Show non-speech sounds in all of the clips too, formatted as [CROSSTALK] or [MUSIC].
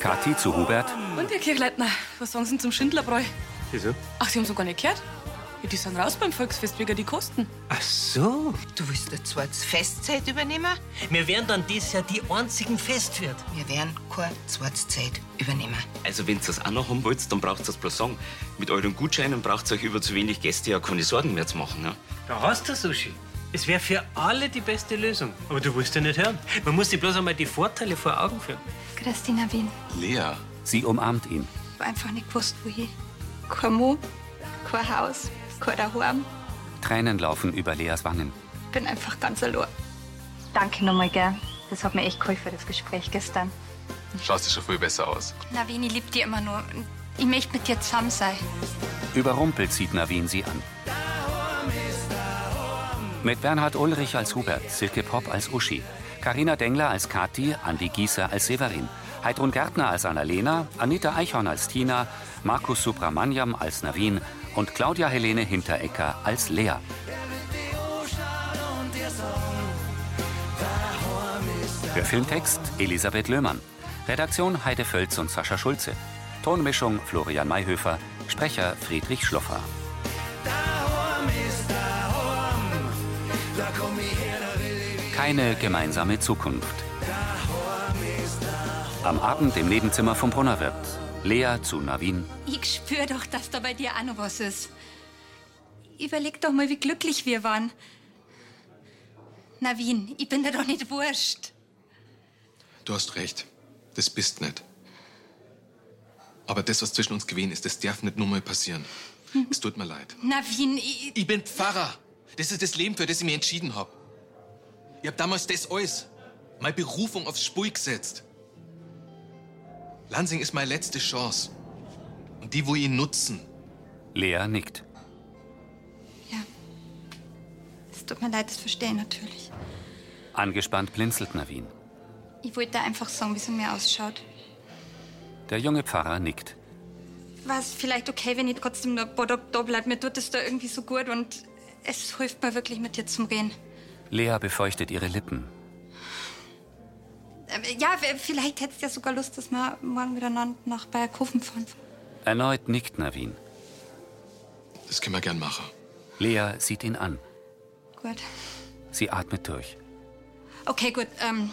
Kathi zu Hubert. Und, Herr Kirchleitner, was sagen Sie denn zum Schindlerbräu? Wieso? Ach, Sie haben es noch gar nicht gehört? Ja, die sind raus beim Volksfest wegen die Kosten. Ach so. Du willst ein zweites Festzeit übernehmen? Wir wären dann dieses Jahr die einzigen Festwirt. Wir werden keine zweites Zeit [LAUGHS] übernehmen. Also, wenn ihr das auch noch haben wollt, dann braucht ihr das bloß sagen. Mit euren Gutscheinen braucht ihr euch über zu wenig Gäste ja keine Sorgen mehr zu machen. Ne? Da hast du Sushi. Es wäre für alle die beste Lösung. Aber du wirst ja nicht hören. Man muss dir bloß einmal die Vorteile vor Augen führen. Christina Wien. Lea. Sie umarmt ihn. Ich hab einfach nicht gewusst, wo ich. Kein Mo, kein Haus, kein Daheim. Tränen laufen über Leas Wangen. Ich bin einfach ganz allein. Danke nochmal, gell? Das hat mir echt geholfen, das Gespräch gestern. Schaust dir schon viel besser aus. Navin, ich lieb dich immer nur. Ich möchte mit dir zusammen sein. Überrumpelt sieht Navin sie an. Mit Bernhard Ulrich als Hubert, Silke Popp als Uschi, Karina Dengler als Kathi, Andi Gieser als Severin, Heidrun Gärtner als Annalena, Anita Eichhorn als Tina, Markus Subramaniam als Navin und Claudia Helene Hinterecker als Lea. Der Filmtext Elisabeth Löhmann. Redaktion Heide Völz und Sascha Schulze. Tonmischung Florian Mayhöfer. Sprecher Friedrich Schloffer. Keine gemeinsame Zukunft. Am Abend im Nebenzimmer vom Brunnerwirt. Lea zu Navin. Ich spür doch, dass da bei dir auch noch was ist. Überleg doch mal, wie glücklich wir waren. Navin, ich bin dir doch nicht wurscht. Du hast recht. Das bist nicht. Aber das, was zwischen uns gewesen ist, das darf nicht nur mal passieren. Es tut mir leid. Navin, ich. Mhm. Ich bin Pfarrer. Das ist das Leben, für das ich mich entschieden habe. Ich habe damals das alles, meine Berufung aufs Spui gesetzt. Lansing ist meine letzte Chance. Und die, wo ich ihn nutzen. Lea nickt. Ja. Es tut mir leid, das verstehe ich natürlich. Angespannt blinzelt Navin. Ich wollte dir einfach sagen, wie es in mir ausschaut. Der junge Pfarrer nickt. War es vielleicht okay, wenn ich trotzdem noch ein paar Tage da bleibe? Mir tut es da irgendwie so gut und es hilft mir wirklich, mit dir zu reden. Lea befeuchtet ihre Lippen. Ähm, Ja, w- vielleicht hättest du ja sogar Lust, dass wir morgen wieder noch nach Bayerkofen fahren. Erneut nickt Navin. Das können wir gern machen. Lea sieht ihn an. Gut. Sie atmet durch. Okay, gut. Ähm,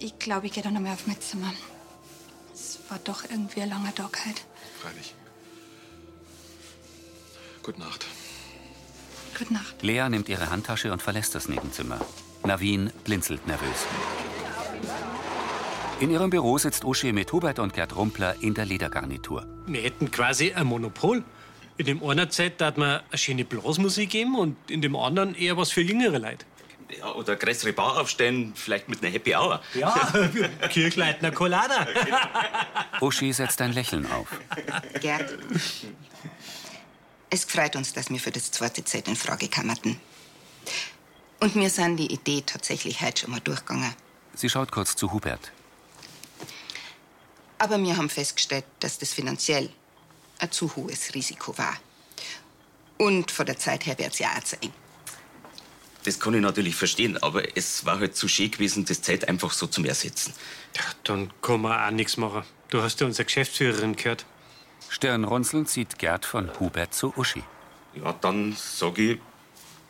ich glaube, ich gehe dann nochmal auf mein Zimmer. Es war doch irgendwie ein langer Tag halt. Freilich. Gute Nacht. Gute Nacht. Lea nimmt ihre Handtasche und verlässt das Nebenzimmer. Navin blinzelt nervös. In ihrem Büro sitzt Uschi mit Hubert und Gerd Rumpler in der Ledergarnitur. Wir hätten quasi ein Monopol. In dem einen Zeit hat man eine schöne Blasmusik geben und in dem anderen eher was für jüngere Leute. Ja, oder größere Bar aufstellen, vielleicht mit einer Happy Hour. Ja, Kirchleitner Colada. [LAUGHS] Uschi setzt ein Lächeln auf. Gerd, es freut uns, dass wir für das zweite Zeit in Frage kammerten. Und mir sind die Idee tatsächlich heute schon mal durchgegangen. Sie schaut kurz zu Hubert. Aber wir haben festgestellt, dass das finanziell ein zu hohes Risiko war. Und von der Zeit her wird es ja auch zu eng. [LAUGHS] Das kann ich natürlich verstehen, aber es war halt zu schön gewesen, das Zeit einfach so zum Ersetzen. Dann kann man auch nichts machen. Du hast ja unsere [LAUGHS] Geschäftsführerin gehört. Stirnrunzelnd zieht Gerd von Hubert zu Uschi. Ja, dann sag ich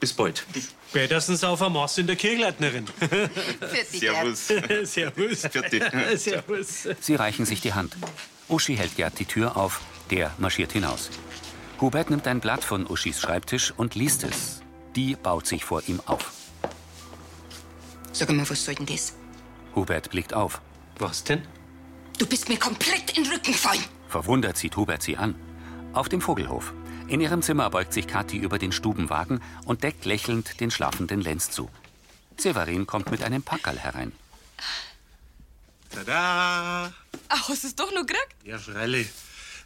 bis bald. Spätestens auf der Masse in der Kirchleitnerin. Für dich, [LAUGHS] Servus. [LAUGHS] Servus. Sie reichen sich die Hand. Uschi hält Gerd die Tür auf, der marschiert hinaus. Hubert nimmt ein Blatt von Uschis Schreibtisch und liest es. Die baut sich vor ihm auf. Sag mal, was soll denn das? Hubert blickt auf. Was denn? Du bist mir komplett in den Rücken gefallen. Verwundert sieht Hubert sie an. Auf dem Vogelhof. In ihrem Zimmer beugt sich Kathi über den Stubenwagen und deckt lächelnd den schlafenden Lenz zu. Severin kommt mit einem Packerl herein. Tada! Ach, hast du es doch nur gekriegt? Ja, freilich.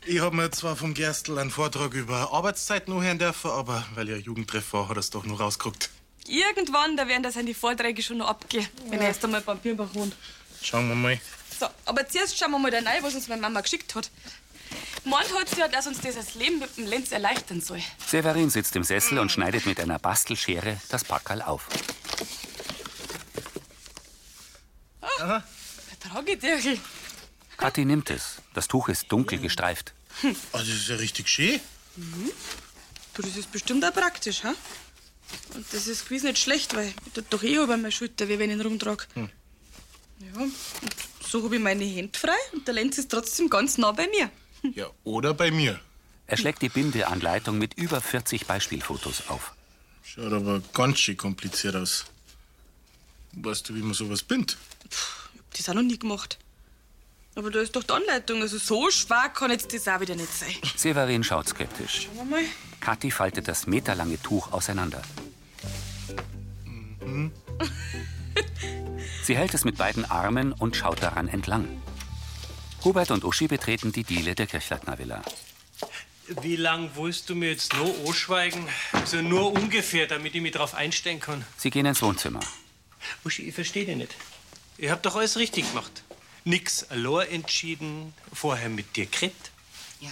Ich hab mir zwar vom Gerstl einen Vortrag über Arbeitszeiten anhören dürfen, aber weil ja Jugendtreff war, hat er's doch nur rausgeguckt. Irgendwann, da werden das seine Vorträge schon noch abgehen, wenn er erst einmal beim Birnbach wohnt. Schauen wir mal. So, aber zuerst schauen wir mal da rein, was uns meine Mama geschickt hat. Meint hat sie ja, dass uns dieses Leben mit dem Lenz erleichtern soll. Severin sitzt im Sessel und schneidet mit einer Bastelschere das Packerl auf. Tragedürchel. Kathi nimmt es. Das Tuch ist dunkel gestreift. Hm. Ah, das ist ja richtig schön. Mhm. Du, das ist bestimmt auch praktisch, ha? Und das ist gewiss nicht schlecht, weil ich tut doch eh über meine Schulter, wie wenn ich ihn rumtrage. Ja, und so habe ich meine Hände frei und der Lenz ist trotzdem ganz nah bei mir. Ja, oder bei mir. Er schlägt die Bindeanleitung mit über 40 Beispielfotos auf. Schaut aber ganz schön kompliziert aus. Weißt du, wie man sowas bindet? Ich hab das auch noch nie gemacht. Aber da ist doch die Anleitung, also so schwer kann jetzt das auch wieder nicht sein. Severin schaut skeptisch. Schauen wir mal. Kathi faltet das meterlange Tuch auseinander. Mhm. Sie hält es mit beiden Armen und schaut daran entlang. Hubert und Uschi betreten die Diele der Kirchleitner Villa. Wie lang willst du mir jetzt noch anschweigen? Also nur ungefähr, damit ich mich drauf einstellen kann. Sie gehen ins Wohnzimmer. Uschi, ich verstehe dich nicht. Ihr habt doch alles richtig gemacht. Nix allein entschieden, vorher mit dir geredet. Ja.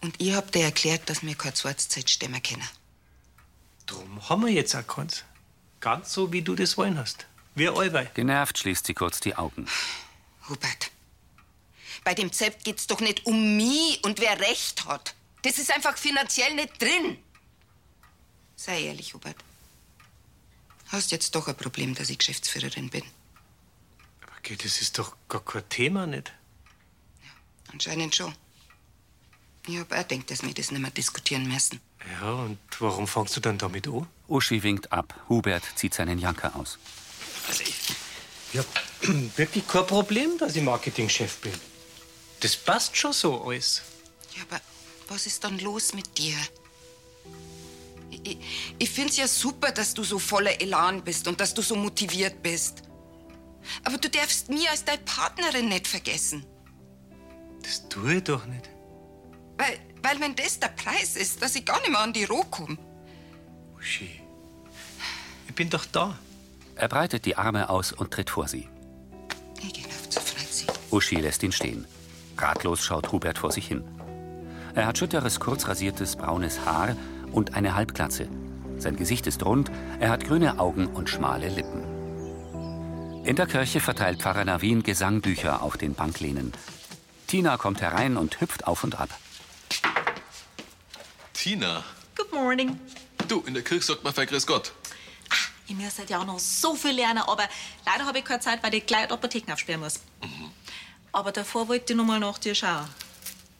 Und ich hab dir erklärt, dass wir keine Schwarzzeit stemmen können. Drum haben wir jetzt auch keins. Ganz so, wie du das wollen hast. Wir allweil. Genervt schließt sie kurz die Augen. Hubert, bei dem Zept geht's doch nicht um mich und wer Recht hat. Das ist einfach finanziell nicht drin. Sei ehrlich, Hubert. Hast jetzt doch ein Problem, dass ich Geschäftsführerin bin. Aber gell, das ist doch gar kein Thema, nicht? Anscheinend schon. Ich hab auch gedacht, dass wir das nicht mehr diskutieren müssen. Ja, und warum fangst du dann damit an? Uschi winkt ab. Hubert zieht seinen Janker aus. Ich hab [CLEARS THROAT] wirklich kein Problem, dass ich Marketingchef bin. Das passt schon so alles. Ja, aber was ist dann los mit dir? Ich, ich, ich find's ja super, dass du so voller Elan bist und dass du so motiviert bist. Aber du darfst mich als deine Partnerin nicht vergessen. Das tue ich doch nicht. Weil, weil wenn das der Preis ist, dass ich gar nicht mehr an die Ruhe komme. Uschi. Ich bin doch da. Er breitet die Arme aus und tritt vor sie. Ich geh auf zu Franzi. Uschi lässt ihn stehen. Ratlos schaut Hubert vor sich hin. Er hat schütteres, kurz rasiertes, braunes Haar und eine Halbglatze. Sein Gesicht ist rund, er hat grüne Augen und schmale Lippen. In der Kirche verteilt Pfarrer Navin Gesangbücher auf den Banklehnen. Tina kommt herein und hüpft auf und ab. Tina, Good morning. du, in der Kirche sagt man fein Grüß Gott. Ich muss halt ja auch noch so viel lernen, aber leider habe ich keine Zeit, weil ich gleich die Apotheken aufsperren muss. Aber davor wollte ich noch mal nach dir schauen.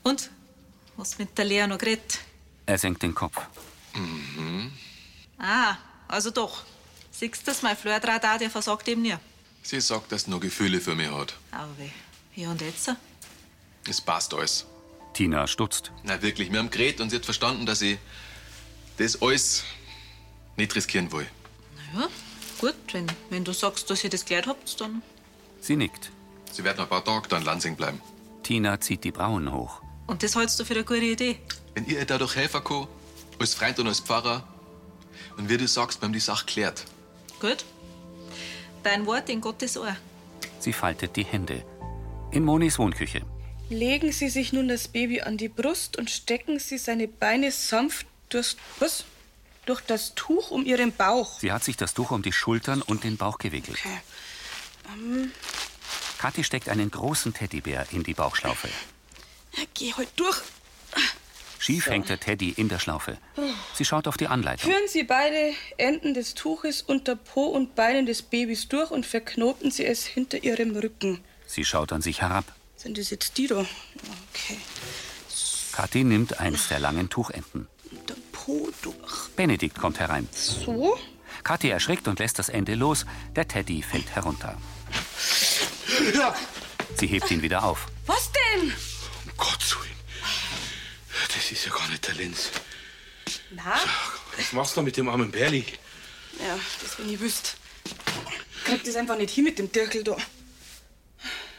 Und? Was mit der Lea noch geredet? Er senkt den Kopf. Mhm. Ah, also doch. Siehst du, dass mein Flirtrat da, der versagt eben nie. Sie sagt, dass sie noch Gefühle für mich hat. Aber weh. Ja, und jetzt? Es passt alles. Tina stutzt. Na wirklich, wir haben geredet und sie hat verstanden, dass ich das alles nicht riskieren will. Ja, gut, wenn, wenn du sagst, dass ihr das gelernt habt, dann. Sie nickt. Sie werden ein paar Tage da in Lansing bleiben. Tina zieht die Brauen hoch. Und das hältst du für eine gute Idee. Wenn ihr ihr dadurch helfen kann, als Freund und als Pfarrer, und wie du sagst, wir haben die Sache klärt. Gut? Dein Wort in Gottes Ohr. Sie faltet die Hände. In Monis Wohnküche. Legen Sie sich nun das Baby an die Brust und stecken Sie seine Beine sanft durchs, was? durch das Tuch um Ihren Bauch. Sie hat sich das Tuch um die Schultern und den Bauch gewickelt. Okay. Ähm, Kathi steckt einen großen Teddybär in die Bauchschlaufe. Ja, Geh halt durch. Schief hängt der Teddy in der Schlaufe. Oh. Sie schaut auf die Anleitung. Führen Sie beide Enden des Tuches unter Po und Beinen des Babys durch und verknoten Sie es hinter Ihrem Rücken. Sie schaut an sich herab. Sind das jetzt die da? Ja, Okay. Kathi nimmt eins der langen Tuchenden. Unter Po durch. Benedikt kommt herein. So? Kathi erschrickt und lässt das Ende los. Der Teddy fällt herunter. Sie hebt ihn wieder auf. Was denn? Um Gottes Willen. Das ist ja gar nicht der Lenz. Na? Was machst du mit dem armen Berli? Ja, das wenn ihr wüsst. Kriegt das einfach nicht hin mit dem Dirkel da.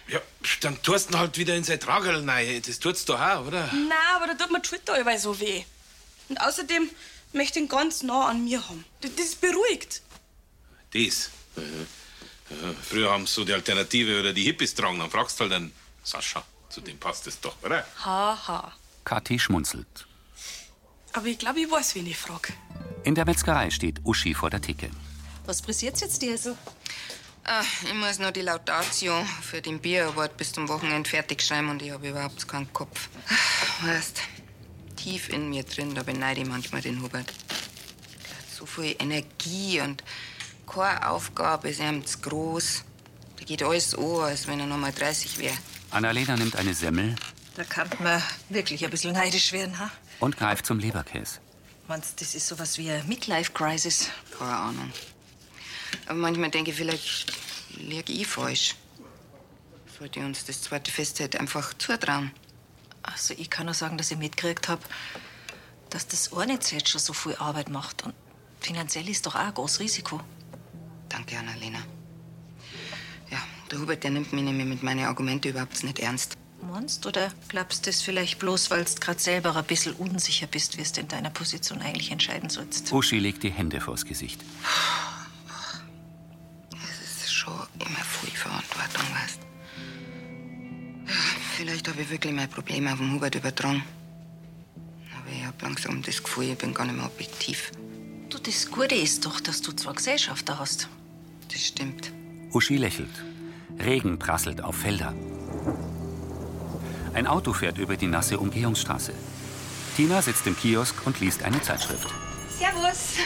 Ja, dann tust du ihn halt wieder in sein Tragerl rein. Das tut's doch auch, oder? Na, aber da tut mir die Schulter überall so weh. Und außerdem möchte ich ihn ganz nah an mir haben. Das, das beruhigt. Das. Ja, früher haben sie so die Alternative oder die Hippies tragen. Dann fragst du halt den Sascha. Zu dem passt das doch, oder? Haha. Ha. Kathi schmunzelt. Aber ich glaube, ich weiß, wen ich frage. In der Metzgerei steht Uschi vor der Theke. Was pressiert jetzt dir so? Ah, ich muss noch die Laudatio für den Bier Award bis zum Wochenende fertig schreiben und ich habe überhaupt keinen Kopf. Ah, Weißt, tief in mir drin, da beneide ich manchmal den Hubert. Der hat so viel Energie und keine Aufgabe ist ihm zu groß. Da geht alles an, als wenn er noch mal 30 wäre. Annalena nimmt eine Semmel Da kann man wirklich ein bisschen neidisch werden, ha? und greift zum Leberkäse. Meinst das ist sowas wie eine Midlife-Crisis? Keine Ahnung. Aber manchmal denke ich, vielleicht lieg ich falsch. Sollte uns das zweite Fest halt einfach zutrauen. Also, ich kann nur sagen, dass ich mitgekriegt habe, dass das Ornitz jetzt halt schon so viel Arbeit macht. Und finanziell ist doch auch ein großes Risiko. Danke, Annalena. Ja, der Hubert, der nimmt mich nämlich mit meinen Argumenten überhaupt nicht ernst. Meinst oder glaubst du das vielleicht bloß, weil du grad selber ein bisschen unsicher bist, wie du in deiner Position eigentlich entscheiden sollst? Uschi legt die Hände vors Gesicht. Das ist schon immer viel Verantwortung, weißt Ja, vielleicht habe ich wirklich mein Problem auf den Hubert übertragen. Aber ich habe langsam das Gefühl, ich bin gar nicht mehr objektiv. Du, das Gute ist doch, dass du zwei Gesellschafter hast. Das stimmt. Uschi lächelt. Regen prasselt auf Felder. Ein Auto fährt über die nasse Umgehungsstraße. Tina sitzt im Kiosk und liest eine Zeitschrift. Servus.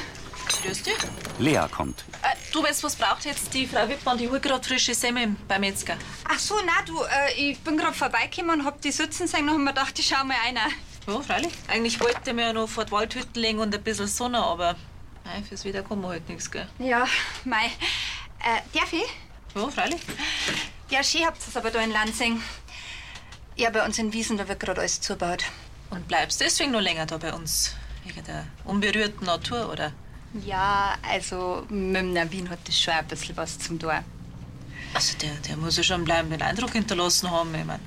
Grüß dich. Lea kommt. Äh, du, wenn was braucht jetzt die Frau Wittmann, die holt gerade frische Semmeln beim Metzger. Ach so, na du, äh, ich bin gerade vorbeigekommen und hab die sitzen sehen und hab mir gedacht, ich schau mal einer. Ja, freilich. Eigentlich wollte mir ja noch vor die Waldhütte legen und ein bisschen Sonne, aber nein, fürs Wiederkommen halt nichts, gell? Ja, mei. Äh, darf ich? Ja, freilich. Ja, schön habt es aber da in Lansing. Ja, bei uns in Wiesen, da wird gerade alles zugebaut. Und bleibst deswegen noch länger da bei uns? Wegen der unberührten Natur, oder? Ja, also mit dem Navin hat das schon ein bisschen was zum Tun. Also der, der muss ja schon bleiben, den Eindruck hinterlassen haben. Ich mein,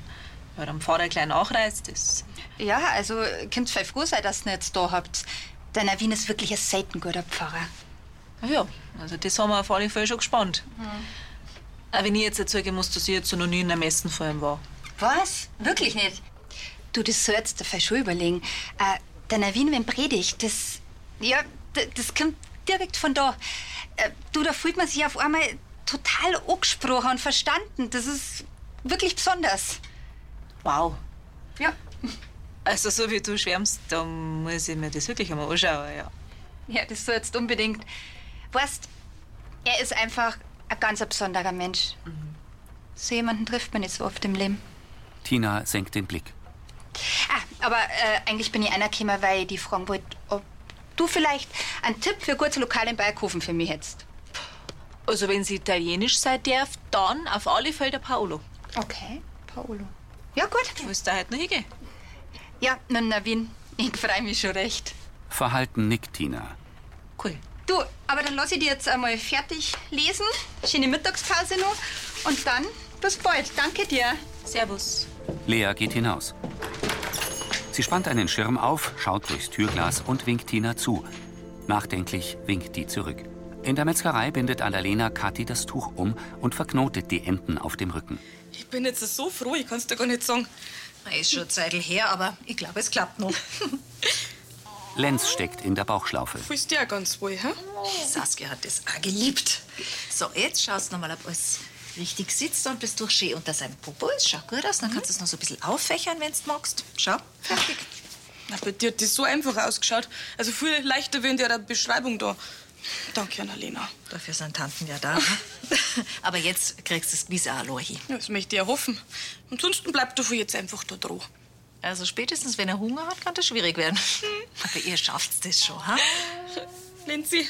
wenn er am Fahrer klein nachreizt, das Ja, also könnt voll froh sein, dass ihr ihn jetzt da habt. Der Navin ist wirklich ein selten guter Pfarrer. Na Ja, also das haben wir auf alle Fälle schon gespannt. Hm. Auch wenn ich jetzt erzeugen muss, dass ich jetzt noch nie in einem Messen vor ihm war. Was? Wirklich nicht? Du, das sollst du dir schon überlegen. Äh, der Navin, wenn predigt, das. Ja, d- das kommt direkt von da. Äh, du, da fühlt man sich auf einmal total angesprochen und verstanden. Das ist wirklich besonders. Wow. Ja. Also so wie du schwärmst, da muss ich mir das wirklich einmal anschauen, ja. Ja, das sollst du unbedingt. Weißt, er ist einfach ein ganz ein besonderer Mensch. So jemanden trifft man nicht so oft im Leben. Tina senkt den Blick. Ah, aber äh, eigentlich bin ich anerkennbar, weil ich die fragen wollte, ob du vielleicht einen Tipp für gutes Lokal in Balkofen für mich hättest. Also wenn sie italienisch sein darf, dann auf alle Fälle der Paolo. Okay, Paolo. Ja, gut. Du willst da heute noch hingehen? Ja, mit dem Navin. Ich freue mich schon recht. Verhalten nickt Tina. Du, aber dann lass ich dir jetzt einmal fertig lesen. Schöne Mittagspause noch. Und dann bis bald. Danke dir. Servus. Lea geht hinaus. Sie spannt einen Schirm auf, schaut durchs Türglas und winkt Tina zu. Nachdenklich winkt die zurück. In der Metzgerei bindet Annalena Kathi das Tuch um und verknotet die Enden auf dem Rücken. Ich bin jetzt so froh, ich kann's dir gar nicht sagen. Ist schon eine Zeit her, aber ich glaube, es [LAUGHS] klappt noch. Lenz steckt in der Bauchschlaufe. Fühlst du ja ganz wohl, hä? Saskia hat das auch geliebt. So, jetzt schaust du noch mal, ob alles richtig sitzt und bist durch schön unter seinem Popo ist. Schau gut aus, dann kannst du es noch so ein bisschen auffächern, wenn du magst. Schau, fertig. Na, bei dir hat das so einfach ausgeschaut. Also viel leichter wie in der Beschreibung da. Danke, Annalena. Dafür sind Tanten ja da. ne? [LAUGHS] aber jetzt kriegst du es bis auch allein hin. Ja, das möchte ich ja hoffen. Ansonsten bleibt du jetzt einfach da dran. Also spätestens, wenn er Hunger hat, kann das schwierig werden. Hm. [LAUGHS] Aber ihr schafft das schon, [LAUGHS] ha? Linzi,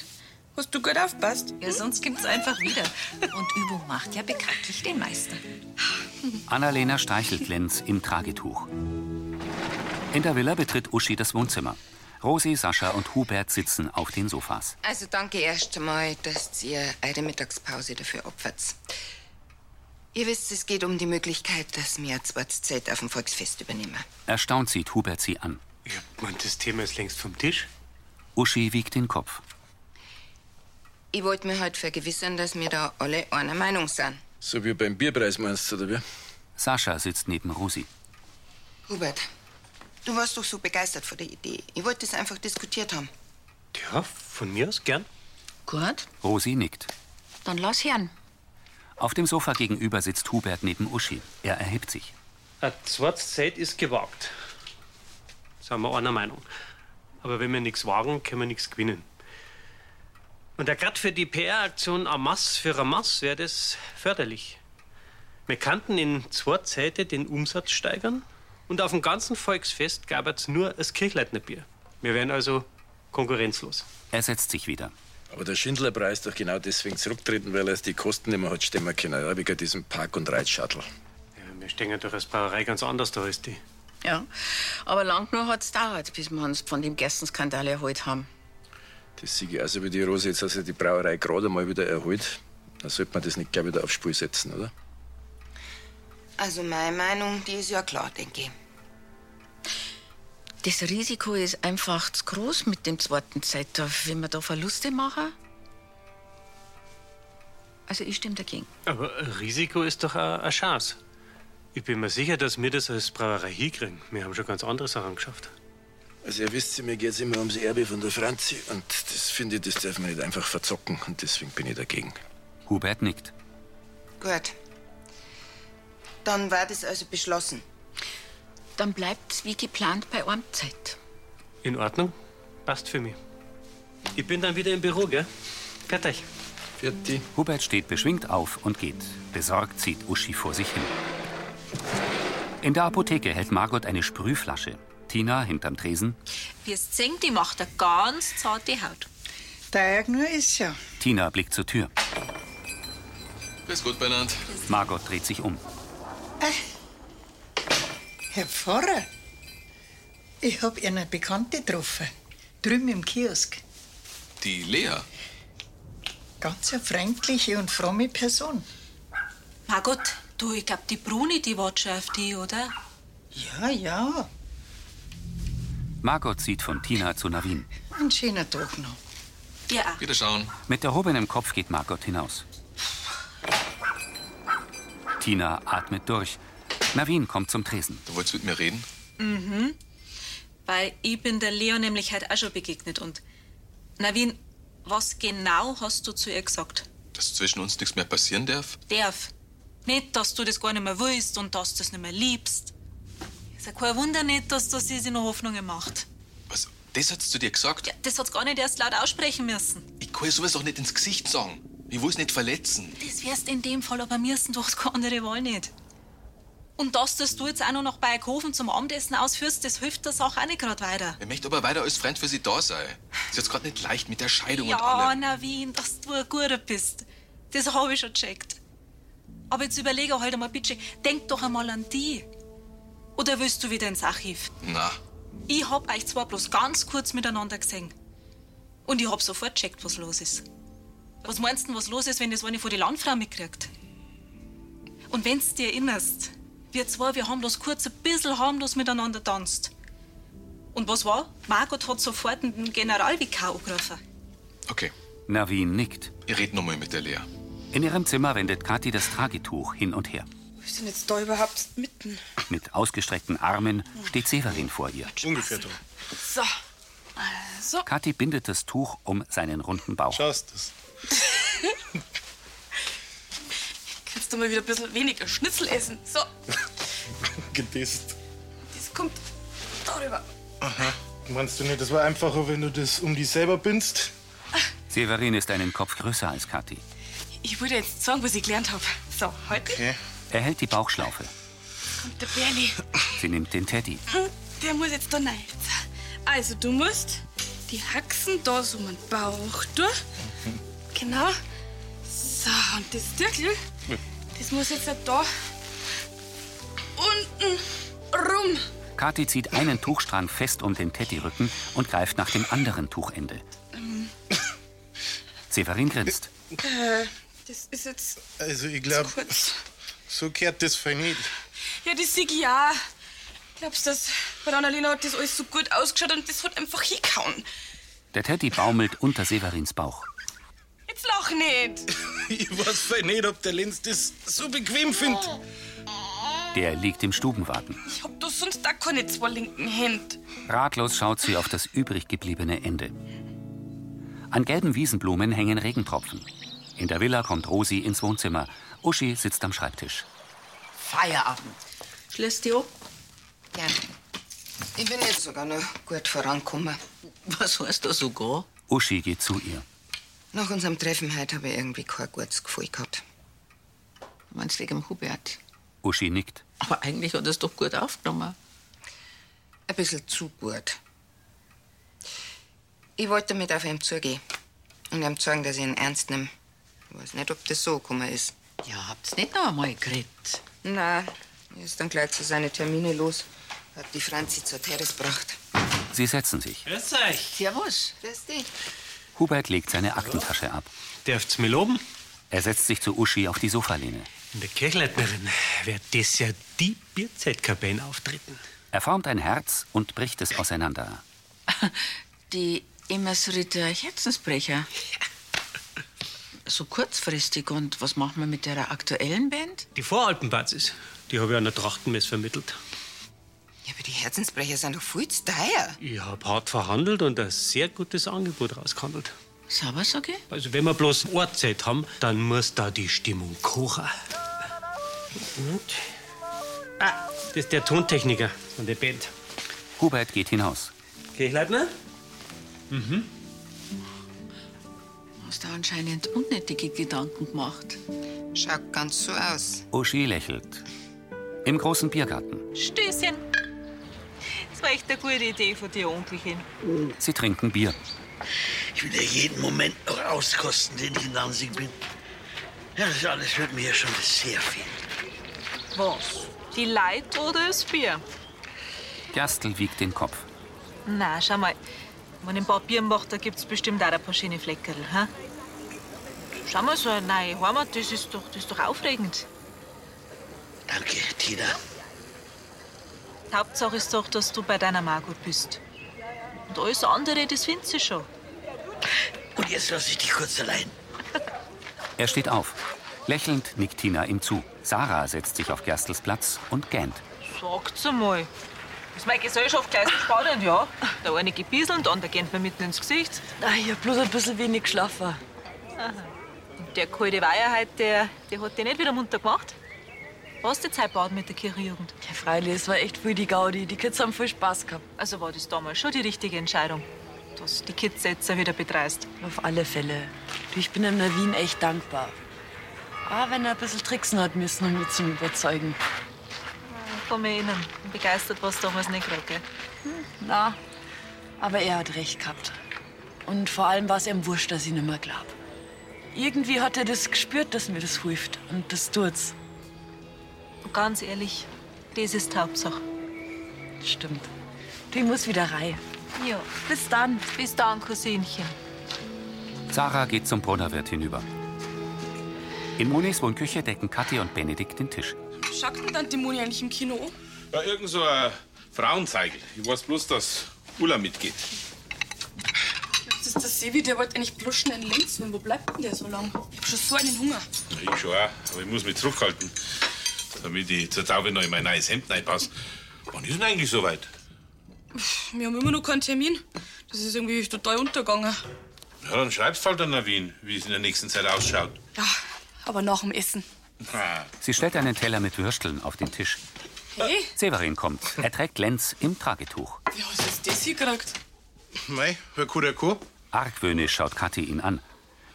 hast du gut aufpasst? Ja, sonst gibt's einfach wieder. Und Übung macht ja bekanntlich den Meister. Annalena streichelt Lenz im Tragetuch. In der Villa betritt Uschi das Wohnzimmer. Rosi, Sascha und Hubert sitzen auf den Sofas. Also danke erst einmal, dass ihr eure Mittagspause dafür opfert. Ihr wisst, es geht um die Möglichkeit, dass mir ein zweites Zelt auf dem Volksfest übernehmen. Erstaunt sieht Hubert sie an. Und das Thema ist längst vom Tisch. Uschi wiegt den Kopf. Ich wollte mir halt vergewissern, dass wir da alle einer Meinung sind. So wie beim Bierpreis meinst du, oder wie? Sascha sitzt neben Rosi. Hubert, du warst doch so begeistert von der Idee. Ich wollte es einfach diskutiert haben. Ja, von mir aus gern. Gut. Rosi nickt. Dann lass hören. Auf dem Sofa gegenüber sitzt Hubert neben Uschi. Er erhebt sich. Eine zweite Zeit ist gewagt. Sind wir einer Meinung. Aber wenn wir nichts wagen, können wir nichts gewinnen. Und gerade für die PR-Aktion Amas für Ramas wäre das förderlich. Wir könnten in zwei Zeiten den Umsatz steigern und auf dem ganzen Volksfest gab es nur das Kirchleitnerbier. Wir wären also konkurrenzlos. Er setzt sich wieder. Aber der Schindlerpreis doch genau deswegen zurücktreten, weil er die Kosten nicht mehr hat stemmen können, ja, wegen diesem Park- und Reitschattel. Wir stehen ja durch als Brauerei ganz anders da als die. Ja, aber lang nur hat es gedauert, bis wir uns von dem Gerstenskandal erholt haben. Das sehe ich also wie die Rose jetzt, dass er die Brauerei gerade einmal wieder erholt. Da sollte man das nicht gleich wieder aufs Spiel setzen, oder? Also meine Meinung, die ist ja klar, denke ich. Das Risiko ist einfach zu groß mit dem zweiten Zeitdorf, wenn wir da Verluste machen. Also ich stimme dagegen. Aber ein Risiko ist doch auch eine Chance. Ich bin mir sicher, dass wir das als Brauerei hinkriegen. Wir haben schon ganz andere Sachen geschafft. Also ihr wisst, mir geht es immer ums Erbe von der Franzi und das finde ich, das darf man nicht einfach verzocken und deswegen bin ich dagegen. Hubert nickt. Gut. Dann war das also beschlossen. Dann bleibt's wie geplant bei Ormzeit. In Ordnung? Passt für mich. Ich bin dann wieder im Büro, gell? Fertig. Vierte. Hubert steht beschwingt auf und geht. Besorgt zieht Uschi vor sich hin. In der Apotheke hält Margot eine Sprühflasche. Tina hinterm Tresen. Wie es singt, die macht eine ganz zarte Haut. Der nur ist ja. Tina blickt zur Tür. Bis gut benannt. Margot dreht sich um. Äh, Herr Pfarrer, ich hab eine Bekannte getroffen. Drüben im Kiosk. Die Lea. Ganz eine freundliche und fromme Person. Margot, du, ich glaub, die Bruni, die wartet schon auf die, oder? Ja, ja. Margot zieht von Tina zu Navin. Ein schöner Tag noch. Ja. Wieder schauen. Mit erhobenem Kopf geht Margot hinaus. Tina atmet durch. Navin kommt zum Tresen. Du wolltest mit mir reden? Mhm. Weil ich bin der Leo nämlich heute auch schon begegnet und... Navin, was genau hast du zu ihr gesagt? Dass zwischen uns nichts mehr passieren darf? Darf. Nicht, dass du das gar nicht mehr willst und dass du es nicht mehr liebst. Ist ja kein Wunder nicht, dass du sie sich noch Hoffnungen macht. Das hat's zu dir gesagt? Das hat's gar nicht erst laut aussprechen müssen. Ich kann ihr sowas auch nicht ins Gesicht sagen. Ich will's nicht verletzen. Das wärst in dem Fall aber müssen, du hast keine andere Wahl nicht. Und dass das du jetzt auch noch nach Bayerkofen zum Abendessen ausführst, das hilft der Sache auch nicht gerade weiter. Ich möchte aber weiter als Freund für sie da sein. Ist jetzt gerade nicht leicht mit der Scheidung und Ja, allem. Navin, dass du ein Guter bist. Das habe ich schon gecheckt. Aber jetzt überlege halt einmal bitte, denk doch einmal an die. Oder willst du wieder ins Archiv? Na, Ich hab euch zwar bloß ganz kurz miteinander gesehen. Und ich hab sofort gecheckt, was los ist. Was meinst du, was los ist, wenn das eine von der Landfrau mitkriegt? Und wenn's dir erinnerst, wir zwei, wir haben bloß kurz ein bisschen harmlos miteinander tanzt. Und was war? Margot hat sofort den Generalvikar angerufen. okay. Navin nickt. Ich rede nochmal mit der Lea. In ihrem Zimmer wendet Kathi das Tragetuch hin und her. Wo ist denn jetzt da überhaupt mitten? Mit ausgestreckten Armen steht Severin vor ihr. Ungefähr da. So. Also, So. Kathi bindet das Tuch um seinen runden Bauch. Schaust es. Kannst du mal wieder ein bisschen weniger Schnitzel essen? So, Gedisst. das kommt darüber. Aha. Meinst du nicht, das war einfacher, wenn du das um dich selber bindst? Severin ist einen Kopf größer als Kathi. Ich würde jetzt sagen, was ich gelernt habe. So, heute Er hält die Bauchschlaufe. kommt der Bernie. Sie nimmt den Teddy. Hm, Der muss jetzt da rein. Also, du musst die Haxen da so um den Bauch durch. Genau. So, und das Dirkel, das muss jetzt da unten rum. Kathi zieht einen Tuchstrang fest um den Teddyrücken und greift nach dem anderen Tuchende. Ähm, Severin grinst. äh, das ist jetzt. Also, ich glaube, so gehört das voll nicht. Ja, das sehe ich ja. Glaubst du, dass bei der Annalena hat das alles so gut ausgeschaut und das hat einfach hingehauen? Der Teddy baumelt unter Severins Bauch. Jetzt lach nicht! Ich weiß voll nicht, ob der Lenz das so bequem findet. Der liegt im Stubenwagen. Ich hab da sonst auch keine zwei linken Hände. Ratlos schaut sie auf das übrig gebliebene Ende. An gelben Wiesenblumen hängen Regentropfen. In der Villa kommt Rosi ins Wohnzimmer. Uschi sitzt am Schreibtisch. Feierabend. Schließt die ab? Gern. Ich bin jetzt sogar noch gut vorangekommen. Was heißt das sogar? Uschi geht zu ihr. Nach unserem Treffen heute habe ich irgendwie kein gutes Gefühl gehabt. Meinst wegen dem Hubert? Uschi nickt. Aber eigentlich hat er es doch gut aufgenommen. Ein bisschen zu gut. Ich wollte damit auf ihm zugehen und ihm zeigen, dass ich ihn ernst nehme. Ich weiß nicht, ob das so gekommen ist. Ja, habt's nicht noch einmal geredet? Na, er ist dann gleich zu seinen Termine los. Hat die Franzi zur Teres gebracht. Sie setzen sich. Grüß euch. Servus. Grüß dich. Hubert legt seine Aktentasche ab. Dürft's mir loben? Er setzt sich zu Uschi auf die Sofalehne. In der Kirchleitnerin wird das ja die Bierzeitkabine auftreten. Er formt ein Herz und bricht es auseinander. Die immer so der Herzensbrecher. So kurzfristig. Und was machen wir mit der aktuellen Band? Die Voralpenbasis, die habe ich an der Trachtenmess vermittelt. Ja, aber die Herzensbrecher sind doch viel zu teuer. Ich habe hart verhandelt und ein sehr gutes Angebot rausgehandelt. Sauber, sag ich? Also, wenn wir bloß Ohrzeit haben, dann muss da die Stimmung kochen. Und? Ah, das ist der Tontechniker von der Band. Hubert geht hinaus. Kirchleitner? Mhm. Hast du anscheinend unnötige Gedanken gemacht. Schaut ganz so aus. Uschi lächelt. Im großen Biergarten. Stößchen. Das war echt eine gute Idee von dir, Onkelchen. Sie trinken Bier. Ich will ja jeden Moment noch auskosten, den ich in Danzig bin. Ja, das alles wird mir ja schon sehr viel. Was? Die Leid oder das Bier? Gerstl wiegt den Kopf. Na, schau mal. Wenn ich ein paar Bier mache, da gibt's bestimmt auch ein paar schöne Fleckerl. Hä? Schau mal, so eine neue Heimat, das ist doch, das ist doch aufregend. Danke, Tina. Die Hauptsache ist doch, dass du bei deiner Margot bist. Und alles andere, das findest du schon. Und jetzt lasse ich dich kurz allein. Er steht auf. Lächelnd nickt Tina ihm zu. Sarah setzt sich auf Gerstls Platz und gähnt. Sagt's einmal. Das ist meine Gesellschaft gleich gespalten, ja. Der eine gebieselt, der andere geht mir mitten ins Gesicht. Ah, ich hab bloß ein bisschen wenig geschlafen. Aha. Und der kalte Weiher heute, der, der hat dich nicht wieder munter gemacht. Was die Zeit baut mit der Kirchenjugend? Ja, freilich, es war echt viel die Gaudi. Die Kids haben viel Spaß gehabt. Also war das damals schon die richtige Entscheidung, dass die Kids jetzt auch wieder betreist. Auf alle Fälle. Du, ich bin dem Navin echt dankbar. Ah, wenn er ein bisschen tricksen hat müssen, um mich zu überzeugen. Ich kann mich erinnern. Begeistert warst du damals nicht gerade, gell? Hm, Na, aber er hat recht gehabt. Und vor allem war es ihm wurscht, dass ich nicht mehr glaub. Irgendwie hat er das gespürt, dass mir das hilft. Und das tut's. Und ganz ehrlich, das ist die Hauptsache. Stimmt. Du, ich muss wieder rein. Ja. Bis dann. Bis dann, Cousinchen. Sarah geht zum Brunnerwirt hinüber. In Monis Wohnküche decken Kathi und Benedikt den Tisch. Schaut denn dann die Moni eigentlich im Kino an? Ja, irgend so ein Frauenzeigel. Ich weiß bloß, dass Ulla mitgeht. Das ist der Sevi, der wollte eigentlich bloß schnell in Linz. Und wo bleibt denn der so lang? Ich hab schon so einen Hunger. Ja, Ich schon auch, aber ich muss mich zurückhalten, damit ich zur Taube noch in mein neues Hemd reinpasse. Wann ist denn eigentlich soweit? Pff, Wir haben immer noch keinen Termin. Das ist irgendwie total untergegangen. Ja, dann schreibst halt an Wien, wie es in der nächsten Zeit ausschaut. Ja, aber nach dem Essen. Ah, Sie stellt einen Teller mit Würsteln auf den Tisch. Hey, Severin kommt. Er trägt Lenz im Tragetuch. wie hast du jetzt das hier gekriegt? Mei, hör Kudako. Argwöhnisch schaut Kathi ihn an.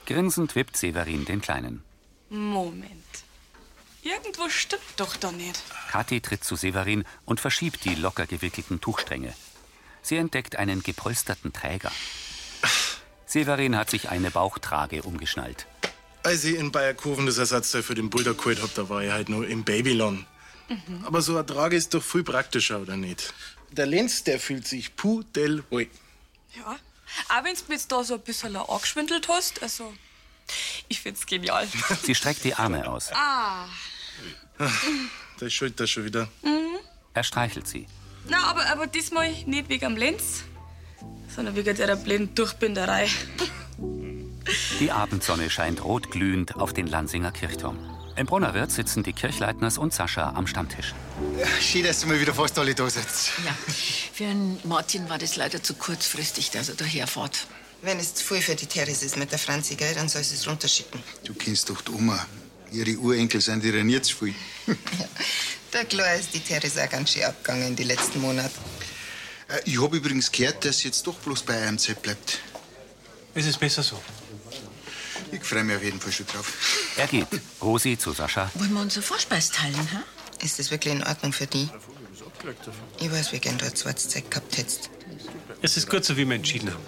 Grinsend wippt Severin den Kleinen. Moment. Irgendwo stimmt doch da nicht. Kathi tritt zu Severin und verschiebt die locker gewickelten Tuchstränge. Sie entdeckt einen gepolsterten Träger. Severin hat sich eine Bauchtrage umgeschnallt. Als ich in Bayerkoven das Ersatzteil für den Boulder geholt hab, da war ich halt nur im Babylon. Aber so eine Trage ist doch viel praktischer, oder nicht? Der Lenz, der fühlt sich pudelwohl. Ja. Auch wenn du mir jetzt da so ein bisschen angeschwindelt hast, also. Ich find's genial. Sie streckt die Arme aus. ah. Da ist Schulter schon wieder. Mhm. Er streichelt sie. Na, aber, aber diesmal nicht wegen am Lenz, sondern wegen der blöden Durchbinderei. Die Abendsonne scheint rotglühend auf den Lansinger Kirchturm. Im Brunnerwirt sitzen die Kirchleitners und Sascha am Stammtisch. Schön, dass du mal wieder fast alle da sitzt. Ja, für einen Martin war das leider zu kurzfristig, dass er daherfährt. Wenn es zu viel für die Teres ist mit der Franzi, gell, dann soll sie es runterschicken. Du kennst doch die Oma. Ihre Urenkel sind ihre nicht zu viel. Der klar ist die Theresa ganz schön abgegangen die letzten Monate. Äh, Ich habe übrigens gehört, dass sie jetzt doch bloß bei AMZ bleibt. Es ist besser so. Ich freue mich auf jeden Fall schon drauf. Er geht. Rosi zu Sascha. Wollen wir unsere Vorspeis teilen, ha? Ist das wirklich in Ordnung für die? Ich weiß, wie gern du eine Schwarzzeit gehabt hättest. Es ist gut so, wie wir entschieden haben.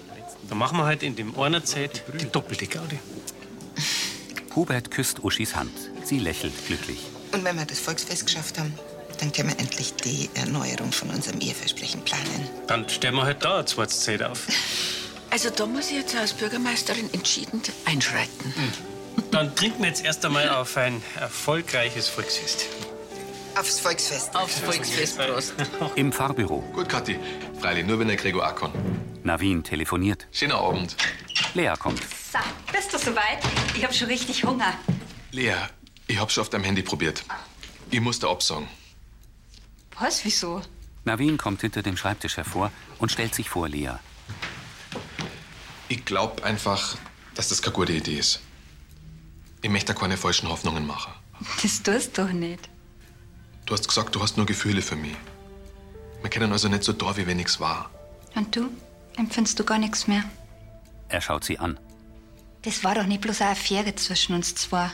Dann machen wir halt in dem einer Zeit die doppelte Gaudi. Hubert küsst Uschis Hand. Sie lächelt glücklich. Und wenn wir das Volksfest geschafft haben, dann können wir endlich die Erneuerung von unserem Eheversprechen planen. Dann stellen wir halt da eine Schwarzzeit auf. Also da muss ich jetzt als Bürgermeisterin entschieden einschreiten. Dann trinken wir jetzt erst einmal auf ein erfolgreiches Volksfest. Aufs Volksfest. Aufs Volksfest, Prost. Im Fahrbüro. Gut, Kathi. Freilich, nur wenn der Gregor auch kann. Navin telefoniert. Schöner Abend. Lea kommt. So, bist du soweit? Ich habe schon richtig Hunger. Lea, ich hab's schon auf deinem Handy probiert. Ich muss da absagen. Was, wieso? Navin kommt hinter dem Schreibtisch hervor und stellt sich vor Lea. Ich glaub einfach, dass das keine gute Idee ist. Ich möchte da keine falschen Hoffnungen machen. Das tust du doch nicht. Du hast gesagt, du hast nur Gefühle für mich. Wir können also nicht so da, wie wenn nichts war. Und du? Empfindest du gar nichts mehr? Er schaut sie an. Das war doch nicht bloß eine Affäre zwischen uns zwei.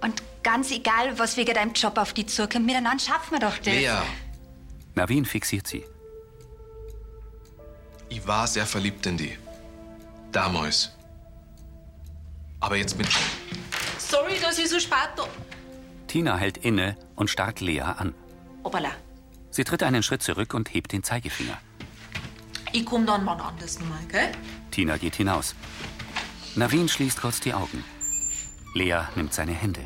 Und ganz egal, was wegen deinem Job auf die zukommt, miteinander schaffen wir doch das. Navin fixiert sie. Ich war sehr verliebt in die. Damals. Aber jetzt bin ich. Sorry, dass ich so spät da. Tina hält inne und starrt Lea an. Obala, Sie tritt einen Schritt zurück und hebt den Zeigefinger. ich komm dann mal anders nochmal, gell? Tina geht hinaus. Navin schließt kurz die Augen. Lea nimmt seine Hände.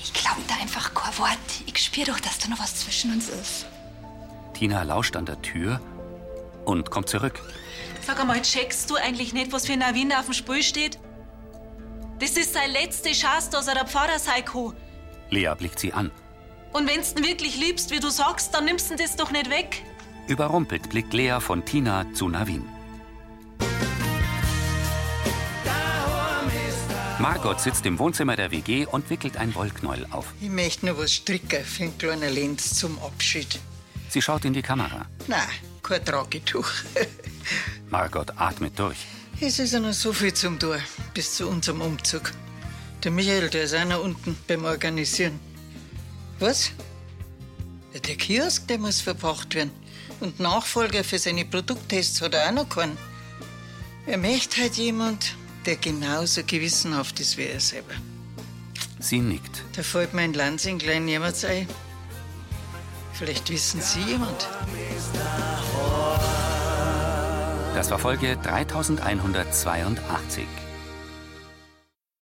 Ich glaub da einfach kein Wort. Ich spür doch, dass da noch was zwischen uns ist. Tina lauscht an der Tür und kommt zurück. Sag einmal, checkst du eigentlich nicht, was für ein Navin auf dem Spiel steht? Das ist seine letzte Chance, dass er der Pfarrer sein kann. Lea blickt sie an. Und wenn's ihn wirklich liebst, wie du sagst, dann nimmst du das doch nicht weg. Überrumpelt blickt Lea von Tina zu Navin. Margot sitzt im Wohnzimmer der WG und wickelt ein Wollknäuel auf. Ich möchte noch was stricken für den kleinen Lenz zum Abschied. Sie schaut in die Kamera. Nein, kein Tragetuch. Margot atmet durch. Es ist ja noch so viel zum Tun, bis zu unserem Umzug. Der Michael, der ist auch noch unten beim Organisieren. Was? Ja, Der Kiosk, der muss verbracht werden. Und Nachfolger für seine Produkttests hat er auch noch keinen. Er möchte halt jemand, der genauso gewissenhaft ist wie er selber. Sie nickt. Da fällt mir in Lansing klein jemand ein. Vielleicht wissen Sie jemand. Das war Folge 3182.